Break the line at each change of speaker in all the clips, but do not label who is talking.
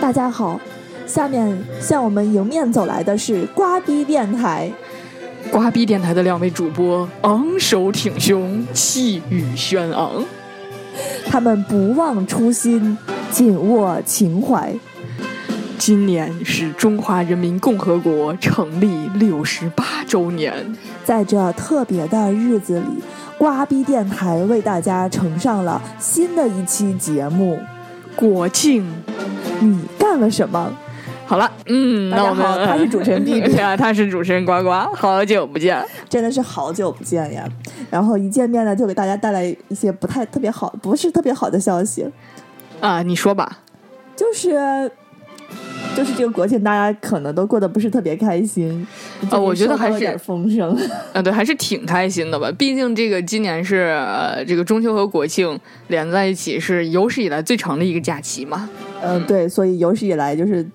大家好，下面向我们迎面走来的是瓜逼电台。
瓜逼电台的两位主播昂首挺胸，气宇轩昂。
他们不忘初心，紧握情怀。
今年是中华人民共和国成立六十八周年，
在这特别的日子里，瓜逼电台为大家呈上了新的一期节目。
国庆，
你干了什么？
好了，嗯，
大
那
家
我们
好他是主持人 B B
对啊，他是主持人呱呱，好久不见。
真的是好久不见呀！然后一见面呢，就给大家带来一些不太特别好，不是特别好的消息，
啊，你说吧，
就是就是这个国庆，大家可能都过得不是特别开心。
呃我觉得还是
有点风声。
啊，对，还是挺开心的吧。毕竟这个今年是、呃、这个中秋和国庆连在一起，是有史以来最长的一个假期嘛。
嗯， 对，所以有史以来就是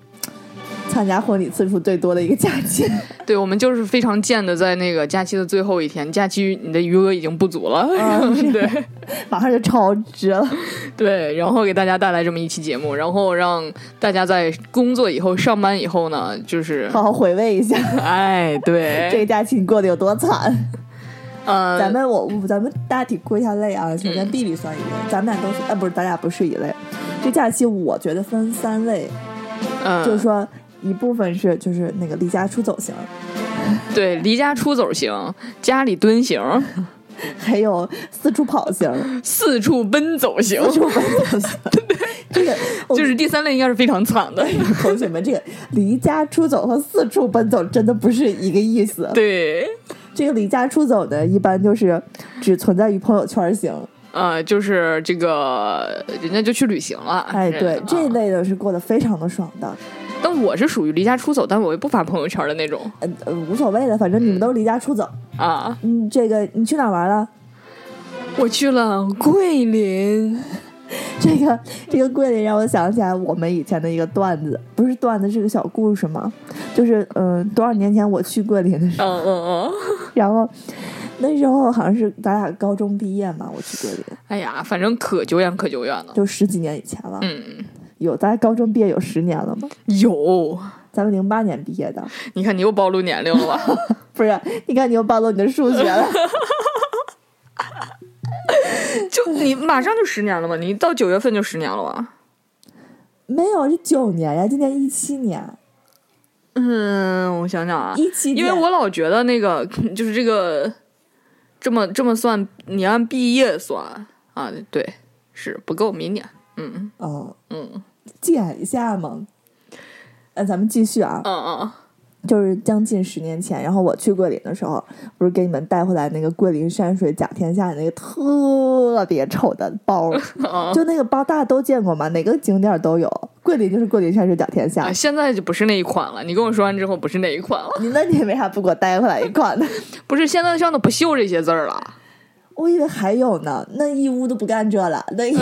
参加婚礼次数最多的一个假期。
对，我们就是非常贱的，在那个假期的最后一天，假期你的余额已经不足了，
啊
对
马上就超支了。
对，然后给大家带来这么一期节目，然后让大家在工作以后、上班以后呢，就是
好好回味一下
哎，
这
对，
个假期你过得有多惨。
呃，
咱们我咱们大体归一下类啊，首
嗯
先 B 里算一类，咱们俩都是，哎，不是，咱俩不是一类。这假期我觉得分三类，
嗯、
就是说一部分是就是那个离家出走型，
对离家出走型、家里蹲型、
还有四处跑型，
四处奔走型，
四处奔走型。这个呃我
就是第三类应该是非常惨 的。
同学们，这个离家出走和四处奔走真的不是一个意思。
对，
这个离家出走呢，一般就是只存在于朋友圈型。
呃，就是这个人家就去旅行了。
哎，对
啊，
这一类的是过得非常的爽的，
但我是属于离家出走，但我又不发朋友圈的那种
嗯、呃，无所谓的，反正你们都离家出走。
啊。
嗯，这个你去哪儿玩了？
我去了桂林，
这个这个桂林让我想起来我们以前的一个段子，不是段子，是个小故事嘛。就是嗯、呃多少年前我去桂林的时候，
嗯嗯嗯，
然后那时候好像是咱俩高中毕业嘛，我去桂林，
哎呀，反正可久远可久远了。
就十几年以前了。
嗯，
有咱高中毕业有十年了吗？
有，
咱们零八年毕业的，
你看你又暴露年龄了吧？
不是？你看你又暴露你的数学了。
就你马上就十年了嘛，你到九月份就十年了吧？
没有，是九年呀，今年一七年，
嗯，我想想啊，
一七年，
因为我老觉得那个 就是这个，这么这么算，你按毕业算啊，对，是不够明年。嗯
哦，
嗯
减一下嘛。呃，咱们继续啊，
嗯嗯
就是将近十年前，然后我去桂林的时候，不是给你们带回来那个桂林山水甲天下那个特别丑的包，
嗯
就那个包大家都见过嘛，哪个景点都有，桂林就是桂林山水甲天下
啊！。现在就不是那一款了。你跟我说完之后，不是那一款了，
你那你为啥不给我带回来一款呢？
不是现在上的不秀这些字儿了。
我以为还有呢，那义乌都不干这了，那义乌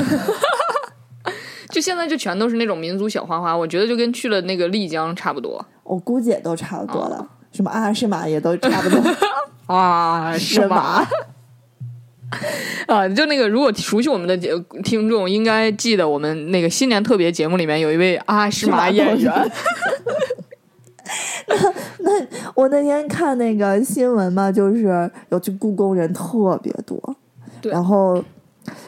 就现在就全都是那种民族小花花，我觉得就跟去了那个丽江差不多
我估计也都差不多了，什么阿诗玛也都差不多，
啊，
是吧？？
啊，就那个，如果熟悉我们的节听众，应该记得我们那个新年特别节目里面有一位阿诗玛演
是吧
员，
那我那天看那个新闻嘛，就是有去故宫人特别多，
对
然后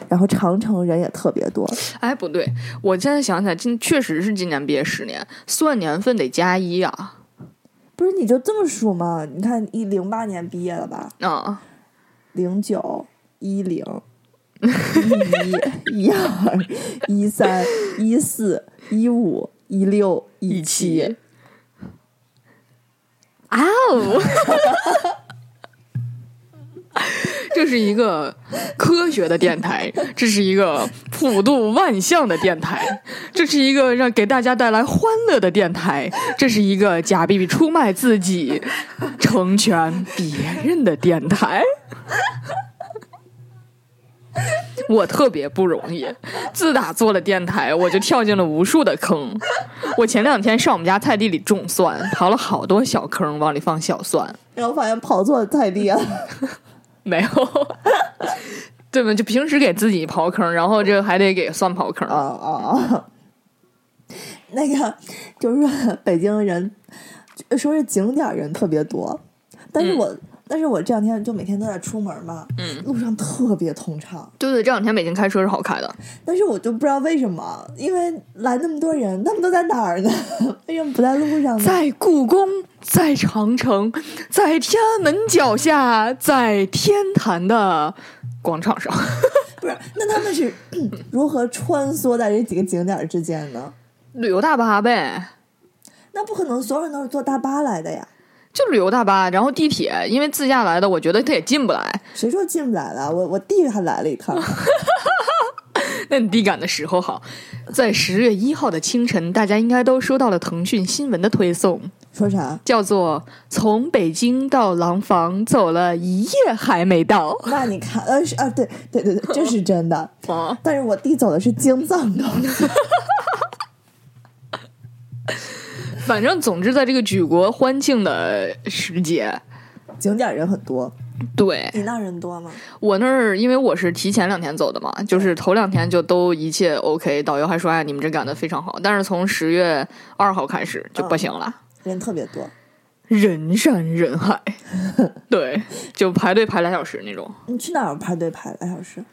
然后长城人也特别多，
哎，不对，我现在想起来，今确实是今年毕业十年，算年份得加一啊
不是你就这么数嘛？你看一零八年毕业了吧，
啊！
零九一零。一、 一二、一三、一四、一五、一六、一七，
啊哦， 这是一个科学的电台，这是一个普度万象的电台，这是一个让给大家带来欢乐的电台，这是一个假币币出卖自己、成全别人的电台。我特别不容易，自打做了电台，我就跳进了无数的坑。我前两天上我们家菜地里种蒜，刨了好多小坑，往里放小蒜，
然后发现跑错菜地了。
没有。对吧？就
啊
平时给自己刨坑，然后这还得给蒜刨坑。
啊啊！啊！哦那个就是北京人说是景点人特别多，但是
嗯
我、但是我这两天就每天都在出门嘛，
嗯，
路上特别通畅，
对对，这两天北京开车是好开的，
但是我就不知道为什么，因为来那么多人，他们都在哪儿呢？ 为什么不在路上呢？
在故宫，在长城，在天安门脚下，在天坛的广场上。
不是，那他们是 如何穿梭在这几个景点之间呢？
旅游大巴呗，
那不可能，所有人都是坐大巴来的呀。
就旅游大巴，然后地铁，因为自驾来的，我觉得他也进不来。
谁说进不来了？我我弟还来了一趟，
那你地赶的时候好，在十月一号的清晨，大家应该都收到了腾讯新闻的推送，
说啥？
叫做“从北京到廊坊走了一夜还没到
那你看，呃是啊，对对对对，这是真 的。”。
啊，
但是我弟走的 是京藏高速，
反正总之，在这个举国欢庆的时节，
景点人很多。
对
你那人多吗？
我那儿，因为我是提前两天走的嘛，就是头两天就都一切 OK，导游还说哎你们这赶得非常好，但是从十月二号开始就不行了。
人特别多。
人山人海，对，就排队排俩小时那种。
你去哪儿排队排俩小时？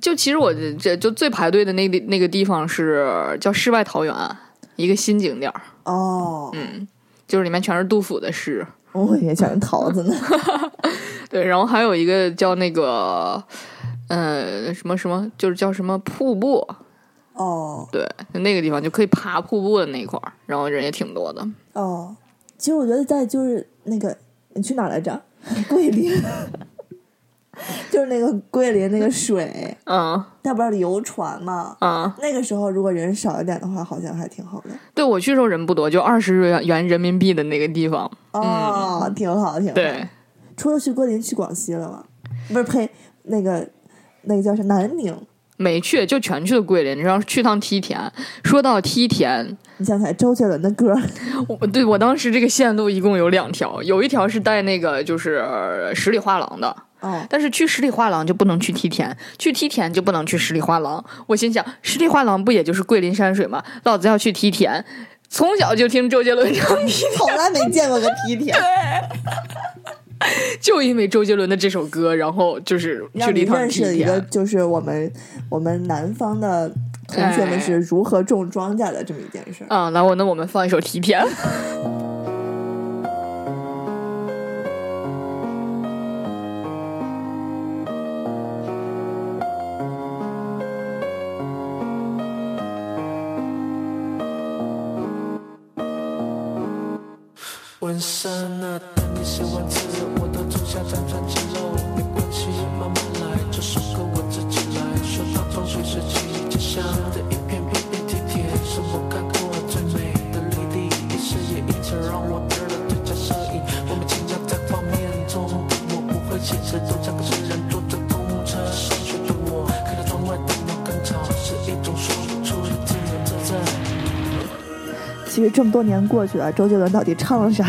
就其实我这这就最排队的那地那个地方是叫世外桃源，啊一个新景点儿，
哦，
就是里面全是杜甫的诗。
我以为全是桃子呢。
对，然后还有一个叫那个，呃，什么什么，就是叫什么瀑布，
哦
对，那个地方就可以爬瀑布的那一块儿，然后人也挺多的。
哦，其实我觉得在就是那个你去哪儿来着？ 桂林，就是那个桂林那个水，
嗯
那不是游船嘛？
嗯，
那个时候如果人少一点的话，好像还挺好的。
对我去的时候人不多，就二十元元人民币的那个地方。
哦，挺好，挺好。
对，
除了去桂林，去广西了吗？不是呸，那个那个叫啥？南宁。
没去就全去了桂林，然后去趟梯田。说到梯田，
你想起来周杰伦的歌？
我对我当时这个线路一共有两条，有一条是带那个就是呃十里画廊的，
哦，
但是去十里画廊就不能去梯田，去梯田就不能去十里画廊。我心想，十里画廊不也就是桂林山水吗？老子要去梯田，从小就听周杰伦唱 梯
从来没见过个梯 田，
田，就因为周杰伦的这首歌，然后就是去
让
了
你
一趟
认
梯
识了一个
田。
就是我们我们南方的同学们是如何种庄稼的这么一件事儿。
啊、来，我那我们放一首梯田。哎
纹身啊，但你喜欢吃，我的从小沾沾自肉，没关系，慢慢来，这首歌我自己来。说到风水时期，家乡的一片片片梯田，是我看过最美的丽丽，也是也因此让我变了最佳摄影。我们倾向在画面中，我不会写字，都像个诗人，坐着公车上学的我，看到窗外的鸟更吵，是一种说不出的自由自在。
其实这么多年过去了，周杰伦到底唱了啥，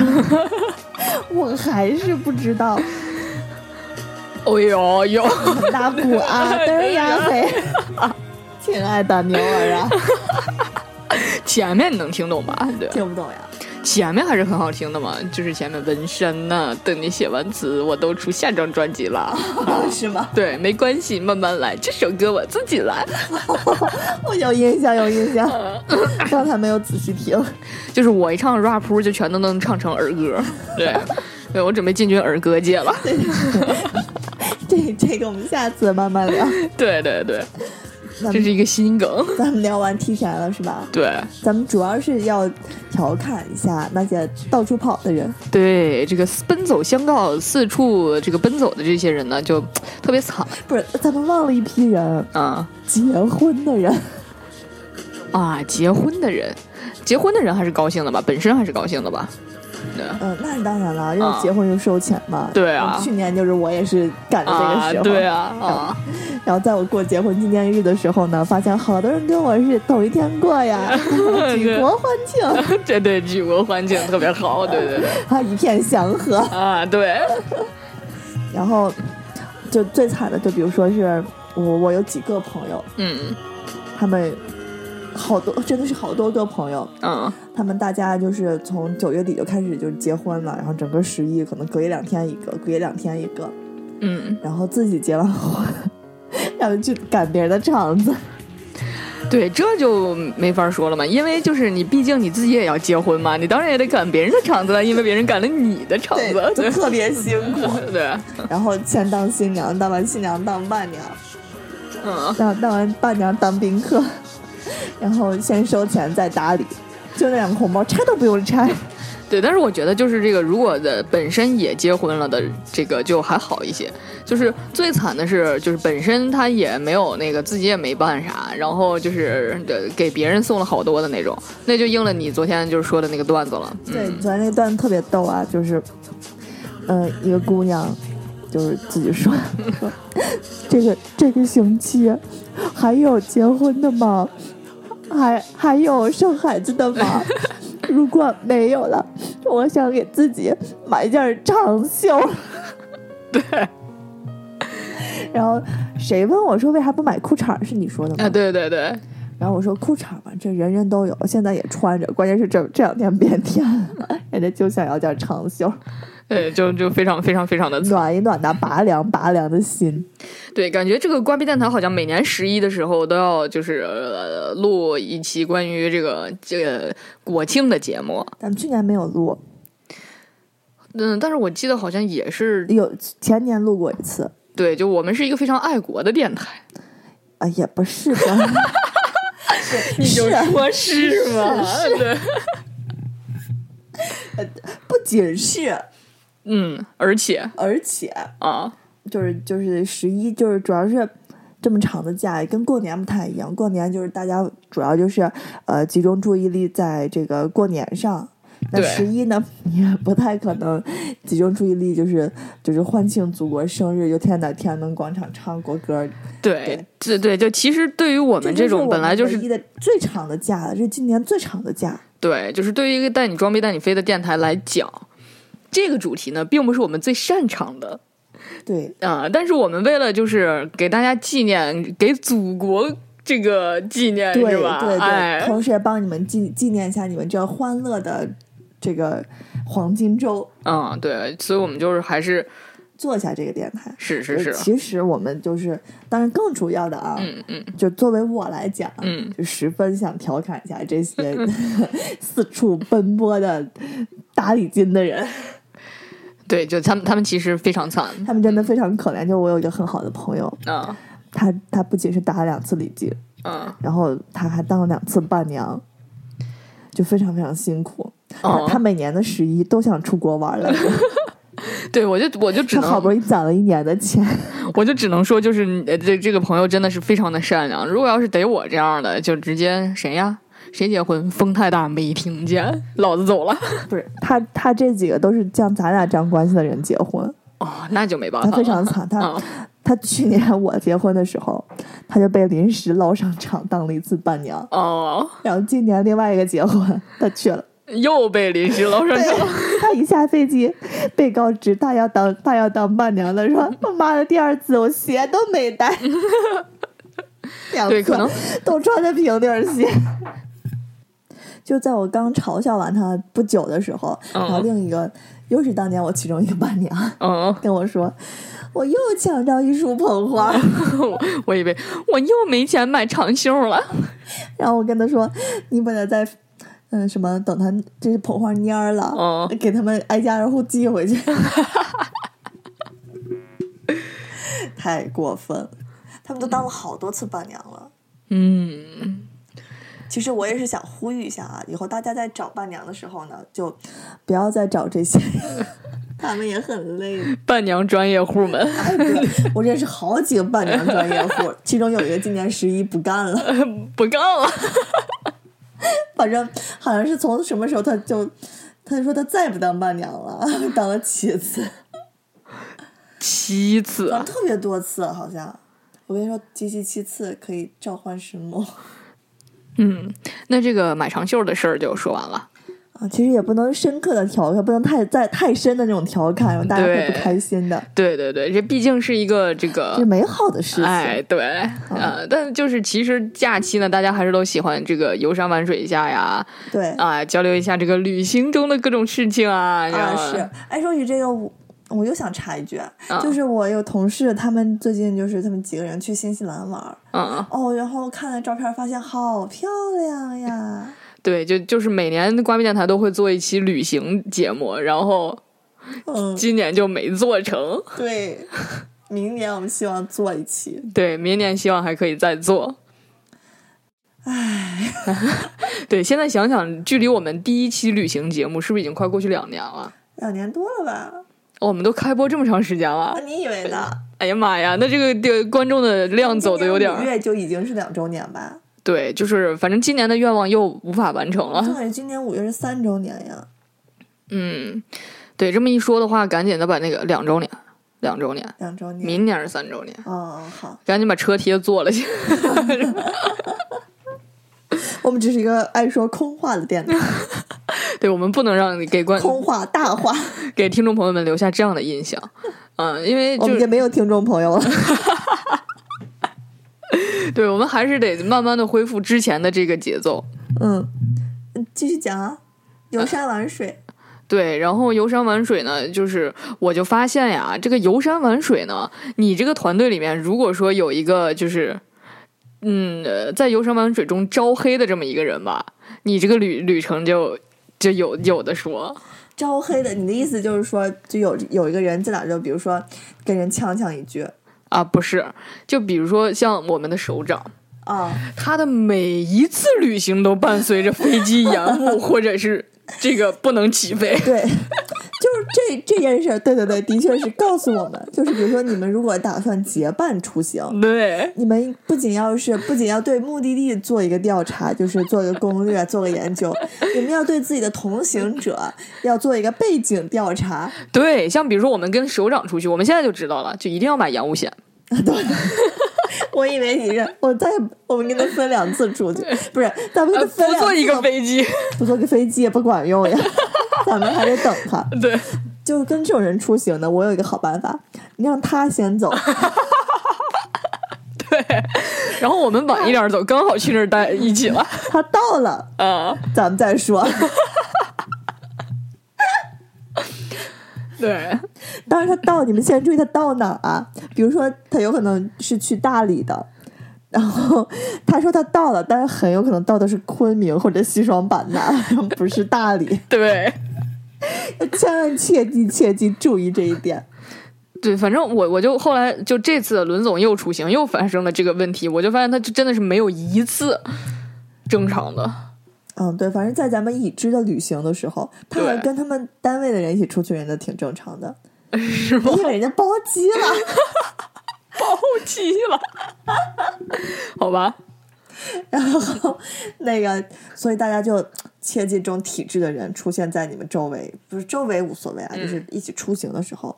我还是不知道，
哦呦呦，
很大不 安。嘚儿呀嘿， 亲爱的牛儿啊，
前面你能听懂吧？对，
听不懂 呀？
前面还是很好听的嘛，就是前面纹身呐、等你写完词，我都出下张专辑了。
是吗？
对，没关系，慢慢来，这首歌我自己来。
我有印象，有印象，刚才没有仔细听。
就是我一唱 rap 就全都能唱成儿歌， 对，对我准备进军儿歌界了，
这这个我们下次慢慢聊。
对对对，
咱
这
们
是一个新 梗，
咱们聊完 T 台了是吧？
对
咱们主要是要调侃一下那些到处跑的人。
对，这个奔走相告、四处这个奔走的这些人呢，就特别惨
不是，咱们忘了一批人，
啊
结婚的人。
啊！结婚的人，结婚的人还是高兴的吧，本身还是高兴的吧，对
嗯，那是当然了，要结婚就收钱嘛。
对啊
去年就是我也是赶着这个
啊
时，候。
对。啊 啊，
然后在我过结婚纪念日的时候呢，发现好多人跟我是同一天过 呀，举国欢庆
这对举国欢庆特别好，对对对
啊，一片祥和。
啊，对，
然后就最惨的，就比如说是我，我有几个朋友，
嗯
他们好多真的是好多个朋友，
嗯，
他们大家就是从九月底就开始就是结婚了，然后整个十一可能隔一两天一个，隔一两天一个，
嗯，
然后自己结了婚， 然后去赶别人的场子，
对，这就没法说了嘛，因为就是你，毕竟你自己也要结婚嘛，你当然也得赶别人的场子了，因为别人赶了你的场子，
就
对
特别辛苦。
对，
然后先当新娘，当完新娘当伴娘，
嗯，
当当完伴娘当宾客， 然后先收钱再打理，就那两个红包拆都不用拆。
对。但是我觉得就是这个，如果的本身也结婚了的，这个就还好一些。就是最惨的是，就是本身他也没有那个自己也没办啥，然后就是对给别人送了好多的那种，那就应了你昨天就是说的那个段子了。嗯
对，昨天那段子特别逗啊，就是，嗯、一个姑娘就是自己说 说，这个这个星期还有结婚的吗？还还有生孩子的吗？如果没有了，我想给自己买件长袖。对。然后谁问我说为啥不买裤衩？是你说的吗？
啊，对对对，
然后我说裤衩嘛，这人人都有，现在也穿着，关键是这这两天变天了，人家就想要件长袖，
对，就就非常非常非常的惨。
暖一暖那拔凉拔凉的心。
对，感觉这个瓜逼电台好像每年十一的时候都要就是、呃、录一期关于这个这个国庆的节目。
咱们去年没有录，
嗯，但是我记得好像也是
有前年录过一次，
对，就我们是一个非常爱国的电台。
啊，也不是 的，
你
就是
说是吗？对，
不仅是，
嗯，而且
而且
啊，
就是就是十一，就是主要是。这么长的假跟过年不太一样，过年就是大家主要就是呃集中注意力在这个过年上。那
对
十一呢， 你也不太可能集中注意力，就是就是欢庆祖国生日，又天天在天安门广场唱国歌。
对，对对，就其实对于我们这种本来就
这是
是
我们唯一的最长的假了，这是今年最长的假。
对，就是对于一个带你装逼带你飞的电台来讲，这个主题呢，并不是我们最擅长的。
对，
啊、但是我们为了就是给大家纪念，给祖国这个纪念
对
是
对
吧？
对，
哎，
同时也帮你们纪纪念一下你们这欢乐的这个黄金周，
嗯，对，所以我们就是还是
做一下这个电台。
是是是，
其实我们就是，当然更主要的啊，
嗯嗯
就作为我来讲，啊
嗯，
就十分想调侃一下这些 四处奔波的打礼金的人，
对，就他们他们其实非常惨
他们真的非常可怜。就我有一个很好的朋友，
啊
他他不仅是打了两次礼金，
啊
然后他还当了两次伴娘，就非常非常辛苦。他他
哦，
每年的十一都想出国 玩来着，
嗯对我就我就只
他 好不
能
容易攒了一年的 钱，
我就只能说，就是呃这这个朋友真的是非常的善良。如果要是得我这样的，就直接谁呀？谁结婚？风太大没听见，老子走了。
不是他他这几个都是像咱俩这样关系的人结婚，
哦，那就没办法
他
了。
非常惨，他、
啊
他去年我结婚的时候，他就被临时捞上场当了一次伴娘，
哦，
然后今年另外一个结婚，他去了。
又被临时捞上
对
场。，
他一下飞机被告知他要当他要当伴娘了，说他妈的第二次我鞋都没 带，两
对
次
可能
都穿的平底儿鞋。就在我刚嘲笑完他不久的时候，
嗯
然后另一个又是当年我其中一个伴娘
嗯，
跟我说，我又抢到一束捧花，
我我以为我又没钱买长袖了。
然后我跟他说，你把它再嗯什么等它这是捧花蔫儿了，
哦
给他们挨家挨户寄回去。太过分了，他们都当了好多次伴娘了。
嗯，
其实我也是想呼吁一下啊，以后大家在找伴娘的时候呢，就不要再找这些， 他们也很累的。
伴娘专业户们
哎不是我认识好几个伴娘专业户，其中有一个今年十一不干了。
不干了。
反正好像是从什么时候他就，他就说他再也不当伴娘了， 当了七次，
七次
当
啊，
特别多次，好像。我跟你说，七七七次可以召唤神魔。
嗯，那这个买长袖的事儿就说完了。
啊，其实也不能深刻的调侃，不能太在太深的那种调侃，让大家会不
对
开心的，
对对对，这毕竟是一个这
这是
个。
美好的事情。
哎，对，
嗯
呃，但就是其实假期呢，大家还是都喜欢这个游山玩水一下呀，
对
啊，交流一下这个旅行中的各种事情啊，然
啊，
后
是。哎，说起这个，我我又想插一句，啊
嗯
就是我有同事，他们最近就是他们几个人去新西兰玩儿，
嗯，嗯
哦，然后看了照片，发现好漂亮 呀！
对，就就是每年瓜面电台都会做一期旅行节目，然后
嗯，
今年就没做成，
对，明年我们希望做一期。
对，明年希望还可以再做。
唉，
对，现在想想，距离我们第一期旅行节目是不是已经快过去两年了？
两年多了吧？
哦我们都开播这么长时间
啊，
了，
你以为呢？
哎呀妈呀，那这个这个观众的量嗯走的有点
今
儿
年五月就已经是两周年吧？
对，就是反正今年的愿望又无法完成
重
了。
点是今年五月是三周年呀。
嗯，对，这么一说的话，赶紧的把那个两周年，两周年，
两周年。
明年是三周年，
哦，好，
赶紧把车贴做了去。
我们只是一个爱说空话的 电台，
对，我们不能让给观
空话大话，
给听众朋友们留下这样的印象，嗯，因为
我
就
们也没有听众朋 友了。
对我们还是得慢慢的恢复之前的这个节奏。
嗯，继续讲啊，游山玩水，
对，然后游山玩水呢，就是我就发现呀，这个游山玩水呢，你这个团队里面如果说有一个就是，嗯，呃在游山玩水中招黑的这么一个人吧，你这个旅旅程就就有有的说，
招黑的。你的意思就是说，就有有一个人在哪儿就比如说跟人呛呛一句
啊，不是，就比如说像我们的首长，
啊，
他的每一次旅行都伴随着飞机 延误或者是这个不能起飞。
对，就是这这件事儿，对对对，的确是告诉我们，就是比如说你们如果打算结伴出行。
对
你们不仅要是不仅要对目的地做一个调查，就是做一个攻略、做个研究，你们要对自己的同行者要做一个背景调查，
对，像比如说我们跟首长出去，我们现在就知道了，就一定要买延误险。
我以为你是，我再也不我们跟他分两次出去，不是，咱们跟
呃，
他
不
分两次
坐一个飞 机，
不坐个飞机也不管用呀， 咱们还得等他。
对，
就是跟这种人出行呢，我有一个好办法，你让他先走，
然后我们晚一点走，刚好去那儿待一起了。
他到了
啊，
咱们再 说。
对，
当然他到，你们先注意他到哪儿啊？比如说他有可能是去大理的。然后他说他到了，但是很有可能到的是昆明或者西双版纳， 不是大 理。
对，
千万切记切记注意这一点。
对，反正我我就后来就这次伦总又出行又发生了这个问题，我就发现他就真的是没有一次正常的。
嗯，对，反正在咱们已知的旅行的时候，他们
对
跟他们单位的人一起出去，人都挺正常的， 是吗？因为人家包机了，
暴击了，好吧？
然后那个，所以大家就切记这种体质的人出现在你们周围，不是周围无所谓啊，
嗯
就是一起出行的时候，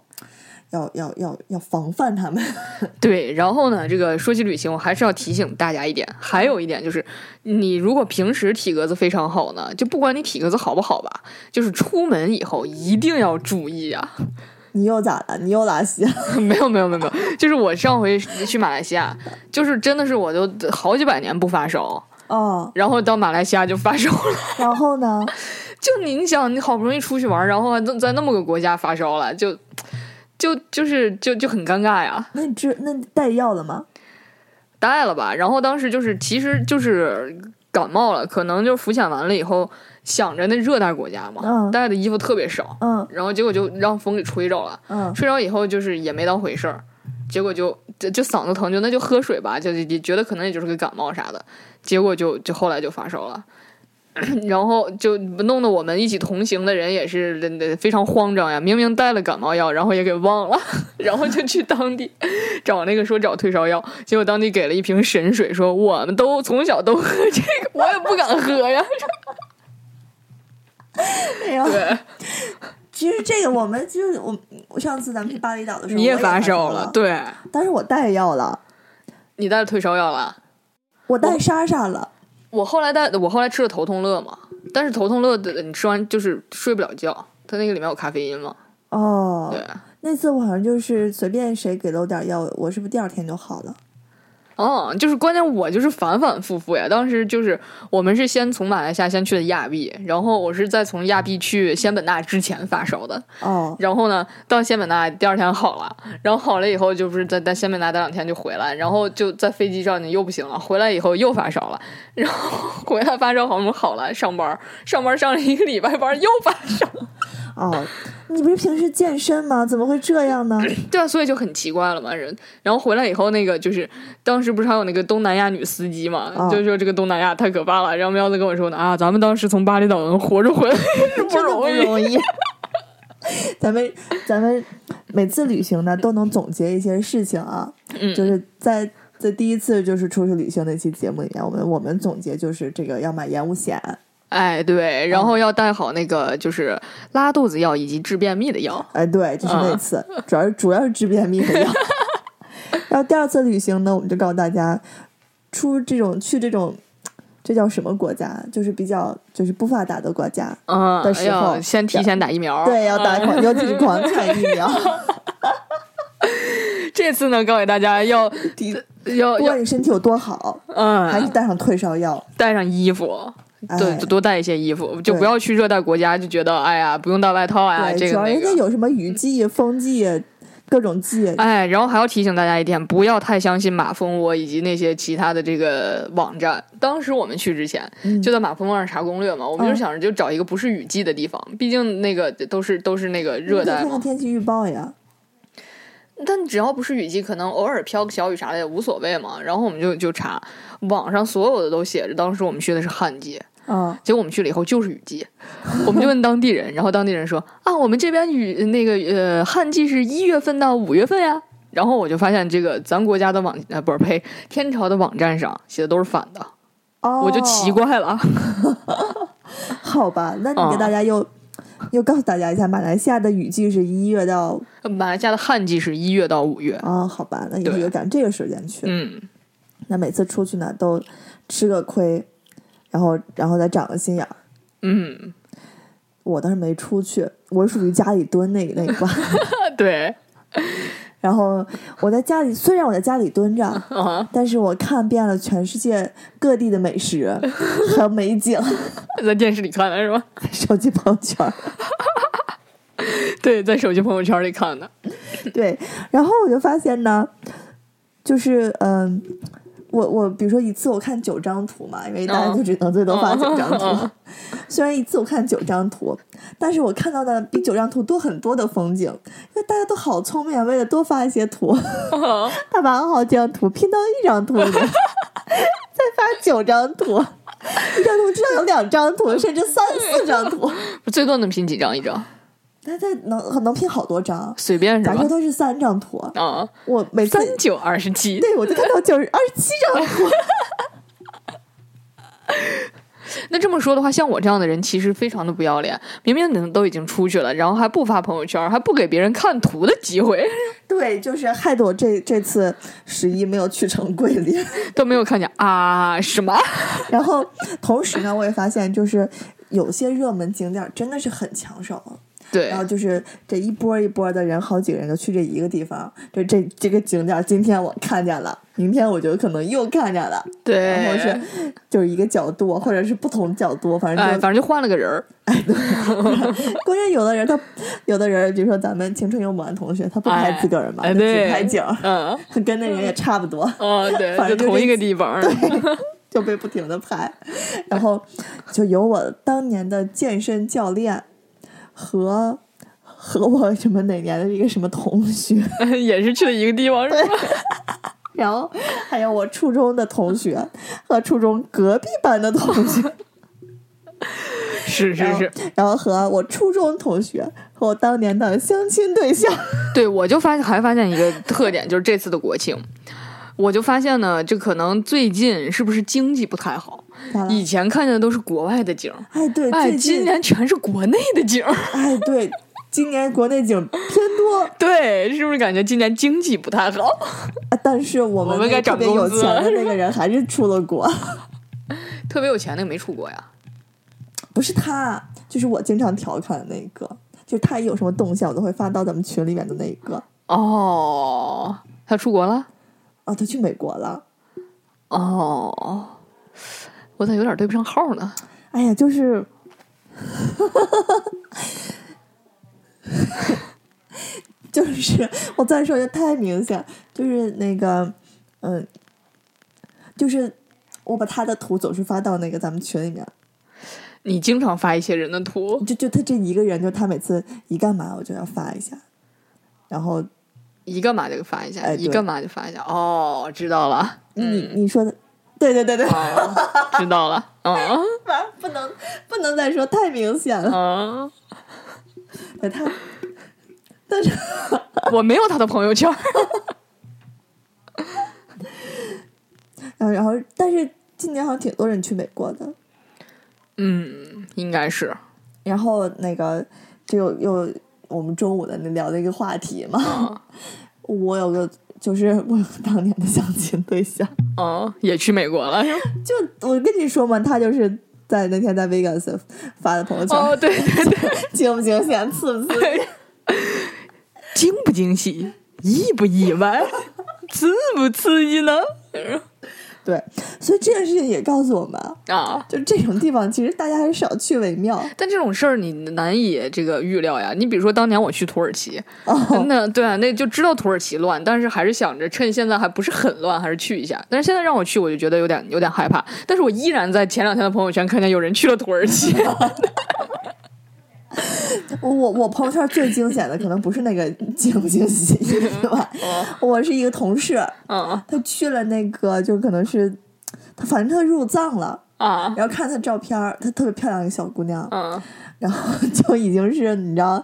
要要要要防范他们。
对，然后呢，这个说起旅行，我还是要提醒大家一点，还有一点就是，你如果平时体格子非常好呢，就不管你体格子好不好吧，就是出门以后一定要注意啊。
你又咋了？你又拉稀了？
没有没有没有没有，就是我上回去马来西亚，就是真的是我都好几百年不发烧，
哦，
然后到马来西亚就发烧了。
然后呢？
就你你想，你好不容易出去玩，然后还在在那么个国家发烧了，就就就是就就很尴尬呀。
那你治那你带药了吗？
带了吧。然后当时就是，其实就是感冒了，可能就浮潜完了以后，想着那热带国家嘛，
嗯
带的衣服特别少，
嗯
然后结果就让风给吹着了，
嗯，
吹着以后就是也没当回事儿。结果就就就嗓子疼，就那就喝水吧，就就觉得可能也就是个感冒啥的，结果就就后来就发烧了， 然后就弄得我们一起同行的人也是真的非常慌张呀，明明带了感冒药，然后也给忘了， 然后就去当地找那个说找退烧药，结果当地给了一瓶神水，说我们都从小都喝这个，我也不敢喝呀，
哎呀。
对，
其实这个我们就是我，我上次咱们去巴厘岛的时候，
你
也
也发烧
了
了，，对
但是我带药了，
你带了退烧药了，
我带莎莎了，
我后来带我后来吃了头痛乐嘛，但是头痛乐的你吃完就是睡不了觉，它那个里面有咖啡因嘛。
哦，
对，
那次我好像就是随便谁给了我点药，我是不是第二天就好了？
哦，就是关键我就是反反复复呀。当时就是我们是先从马来西亚先去的亚庇，然后我是再从亚庇去仙本那之前发烧的，
哦，
然后呢到仙本那第二天好了，然后好了以后就不是在在仙本那待两天就回来，然后就在飞机上你又不行了，回来以后又发烧了，然后 回来发烧好像好了上班儿，上班儿上了一个礼拜班儿又发烧，
哦，你不是平时健身吗？怎么会这样呢？
对啊，所以就很奇怪了嘛人。然后回来以后，那个就是当时不是还有那个东南亚女司机嘛，
啊
就说这个东南亚太可怕了。然后喵子跟我说呢啊，咱们当时从巴厘岛能活着回来 是 不
真的不
容易。
容易。咱们咱们每次旅行呢都能总结一些事情啊，
嗯
就是在在第一次就是出去旅行那期节目里面，我们我们总结就是这个要买延误险，
哎，对，然后要带好那个就是拉肚子药以及治便秘的药。
哎，对，就是
嗯
那次，主要是主要是治便秘的药。 然后第二次旅行呢，我们就告诉大家，出这种去这种这叫什么国家，就是比较就是不发达的国家，
嗯
的，时候
要先提前打疫 苗。
对，要打狂，要自己狂产疫 苗。
这次呢，告诉大家 要要
不
要
管你身体有多好，还是
嗯，
带上退烧药。
带上衣服。对
哎，
多带一些衣服，就
对
不要去热带国家，就觉得哎呀，不用带外套啊，
哎对，主
这个
要
那
人家
个。
有什么雨季、风季，各种季。
哎，然后还要提醒大家一点，不要太相信马蜂窝以及那些其他的这个网站。当时我们去之前，就在马蜂窝上查攻略嘛，我们就
嗯
想着就找一个不是雨季的地方，毕竟那个都是都是那个
你可
热
以
带
看看
嘛。
天气预报呀。
但只要不是雨季，可能偶尔飘个小雨啥的也无所谓嘛。然后我们就就查，网上所有的都写着，当时我们去的是旱季，
啊，
结果我们去了以后就是雨季， 我们就问当地人，然后当地人说啊，我们这边雨那个呃旱季是一月份到五月份呀。然后我就发现这个咱国家的网呃不是呸天朝的网站上写的都是反的，
哦，
我就奇。怪了。
好吧，那你
啊
给大家又、又告诉大家一下，马来西亚的雨季是一月到
马来西亚的旱季是一月到五月，
啊、好吧，那以后
对
就赶这个时间去。
嗯，
那每次出去呢，都吃个亏，然后然后再长个心眼儿。
嗯，
我倒是没出去，我属于家里蹲那那一挂。
对，
然后我在家里，虽然我在家里蹲着，
啊，
但是我看遍了全世界各地的美食和美景，
在电视里看的是吧？
手机朋友圈儿。
对，在手机朋友圈里看的。
对，然后我就发现呢，就是嗯、我我比如说一次我看九张图嘛，因为大家就只能最多发九张图。 虽然一次我看九张图，但是我看到的比九张图多很多的风景，因为大家都好聪明，啊，为了多发一些图， 他把好几张图拼到一张图里面， 再发九张图。一张图至少有两张图，甚至三四张图，
最多能拼几张一张？
他这能能拼好多张，
随便是
咱
吧
这？都是三张图。
啊，
我每次
三九二十七。
对，我就看到九十二十七张图。
那这么说的话，像我这样的人其实非常的不要脸，明明你们都已经出去了，然后还不发朋友圈，还不给别人看图的机会，
对，就是害得我这这次十一没有去成桂林。
都没有看见啊什么？
然后同时呢，我也发现就是有些热门景点真的是很抢手。
对
然后就是这一波一波的人，好几个人就去这一个地方，就这这个景点，今天我看见了，明天我就可能又看见了，然后
对，
是就是一个角度，或者是不同角度，反正
哎，
就
反正就换了个人儿，
关键有的人他，有的人，比如说咱们青春有魔同学，他不拍
哎
自个儿嘛，
哎
他
对
只拍景儿，
嗯，
跟那人也差不多，
哦，对，
反
就
正就
同一
这
个地方，
就被不停的拍。然后就有我当年的健身教练和和我什么哪年的一个什么同学，
也是去了一个地方，是吧？
然后还有我初中的同学和初中隔壁班的同学，
是是是，
然后和我初中同学和我当年的相亲对 象。
对，我就发现还发现一个特点，就是这次的国庆，我就发现呢，这可能最近是不是经济不太好？
咋了
以前看见的都是国外的景儿，
哎，对，
哎，
最
今
近
年全是国内的景儿。
哎对，今年国内景偏多。
对，是不是感觉今年经济不太好？
啊但是我
我
们
们
那
该
个特
涨
别有
工
钱
资了
的那个人还是出了国。
特别有钱那个没出国呀？
不是他，就是我经常调侃的那个，就是他一有什么动向，我都会发到咱们群里面的那一个。
哦，他出国了？
啊，他去美国了。
哦，我咋有点对不上号呢？
哎呀，就是， 就是我再说就太明显，就是那个，嗯，就是我把他的图总是发到那个咱们群里面，
你经常发一些人的图，
就就他这一个人，就他每次一干嘛我就要发一下，然后
一干嘛就发一下，
哎对
一干嘛就发一下。哦，知道了，
你、你说的，对对对对，
哦，知道了，嗯
完不能不能再说太明显了，
嗯，
对他，但是。
我没有他的朋友圈。
嗯然后，然后，但是今年好像挺多人去美国的。
嗯，应该是。
然后那个，就有有我们中午的那聊的一个话题嘛。
嗯
我有个，就是我有个当年的相亲对象，
嗯，也去美 国了。是吧
就我跟你说嘛，他就是在那天在 Vegas 发的朋友圈，
哦，对对对，
惊不惊险，刺 不刺激？
惊不惊喜，意不意外，刺不刺激呢？
对，所以这件事情也告诉我们啊，
啊！
就这种地方其实大家还是少去为妙。
但这种事儿你难以这个预料呀。你比如说，当年我去土耳其，那对啊，那就知道土耳其乱，但是还是想着趁现在还不是很乱，还是去一下。但是现在让我去，我就觉得有点有点害怕。但是我依然在前两天的朋友圈看见有人去了土耳 其，
我我我朋友圈最惊险的可能不是那个惊不惊喜，是 吧？我是一个同事，
哦嗯
他去了那个，就可能是他，反正他入藏了。
啊
然后看她照片儿，她特别漂亮一个小姑娘，
嗯
然后 就已经是你知道，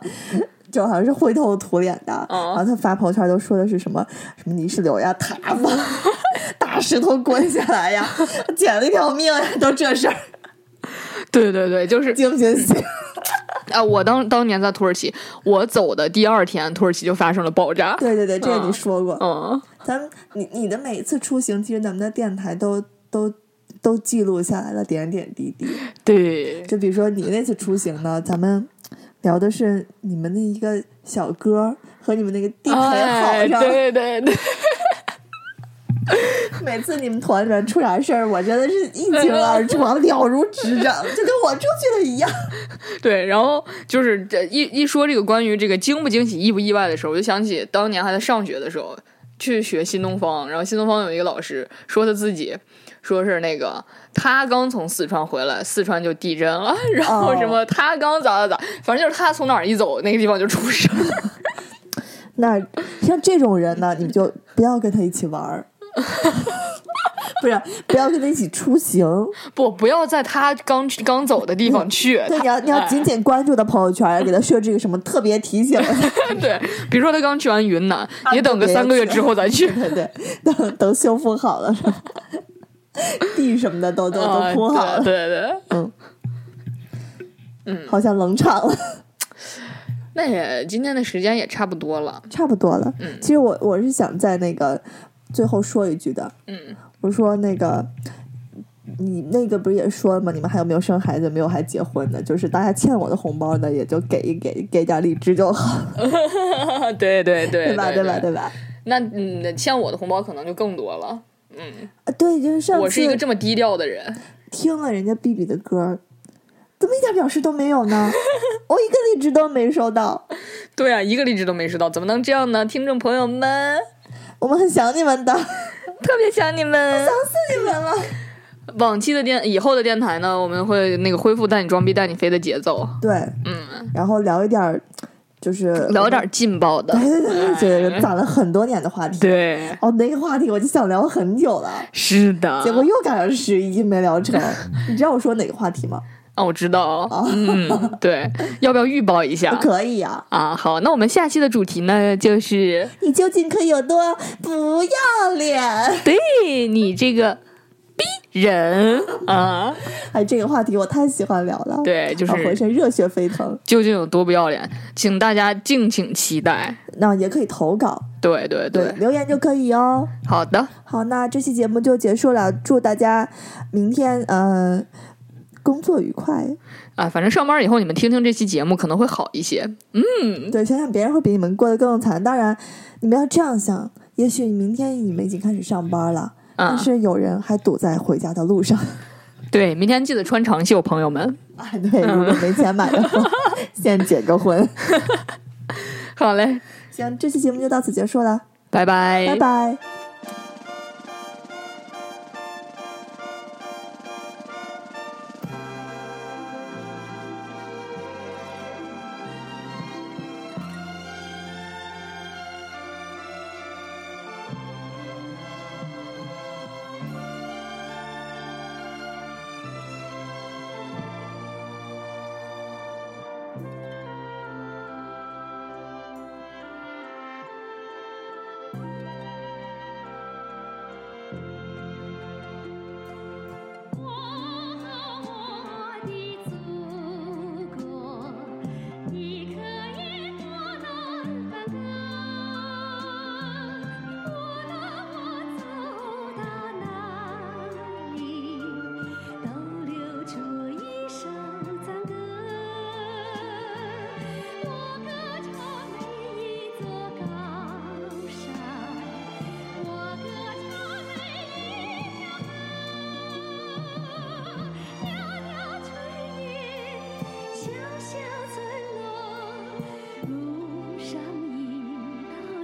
就好像是灰头土脸的。
嗯
然后她发朋友圈都说的是什么什么泥石流呀、塌方、 大石头滚下来呀、捡了一条命呀，都这事儿，
对对对，就是
惊不惊喜？
啊，我当当年在土耳其，我走的第二天，土耳其就发生了爆炸。
对对对，这个你说过。
嗯，
咱们你你的每一次出行，其实咱们的电台都都都记录下来了点点滴滴。
对，
就比如说你那次出行呢，咱们聊的是你们那一个小歌和你们那个地陪好
哎，
上，
对对对，
每次你们团里面出啥事儿，我真的是 一清二楚，了如指掌，就跟我出去的一样。
对，然后就是这一一说这个关于这个惊不惊喜、意不意外的时候，我就想起当年还在上学的时候，去学新东方，然后新东方有一个老师说他自己。说是那个他刚从四川回来，四川就地震了，然后什
哦
么他刚咋咋咋，反正就是他从哪儿一走，那个地方就出事儿。
那像这种人呢，你就不要跟他一起玩儿， 不是不要跟他一起出行。
不，不要在他刚刚走的地方去。
对，你要你
哎
要紧紧关注他朋友圈，给他设置一个什么特别提 醒。
对，比如说他刚去完云南，你等个
啊对
三个月之后再去。
对对，等等修复好了， 是吧地什么的都都都
啊
铺好了，
对对对，
嗯，好像冷场
嗯
了，
那也今天的时间也差不多了。
差不多了。
嗯
其实我我是想在那个最后说一句的，
嗯，
我说那个。你那个不是也说了吗？你们还有没有生孩子？没有还结婚的，就是大家欠我的红包呢，也就给一给，给点荔枝就好，
对对对，
对吧？
对
对吧？对吧？
那嗯，像我的红包可能就更多了。
啊，对，就是上次
我是一个这么低调的人，
听了人家 B B 的歌，怎么一点表示都没有 呢？我一个荔枝都没收到，
对啊，一个荔枝都没收到，怎么能这样呢？听众朋友们，
我们很想你们的，想
特别想你们。
死你们了。
往期的电，以后的电台呢，我们会那个恢复带你装逼带你飞的节奏，
对，
嗯，
然后聊一点儿，就是
聊点，劲爆的
对，对对， 对，就是攒了很多年的话题。
对，啊
哦，那个话题我就想聊很久了，
是的。
结果又赶上十一没聊 成。你知道我说哪个话题吗？
啊，我知道，嗯，对， 要不要预报一下？
可以呀、
啊，好，那我们下期的主题呢，就是
你究竟可以有多不要 脸？
对你这个逼人啊，
哎，这个话题我太喜欢聊了，，
对，就
浑
是
身热血沸腾。
究竟有多不要脸，请大家敬请期待。
那也可以投稿，
对对
对，
对，
留言就可以哦。
好的，
好，那这期节目就结束了，祝大家明天呃工作愉快。
啊，反正上班以后你们听听这期节目可能会好一些。
对，想想别人会比你们过得更惨。当然，你们要这样想，也许明天你们已经开始上班了，但
啊，
是有人还堵在回家的路上。
对，明天记得穿长袖，朋友们。
啊，对，如果没钱买的话，先结个婚。
好嘞，
行，这期节目就到此结束了，
拜拜，
拜拜。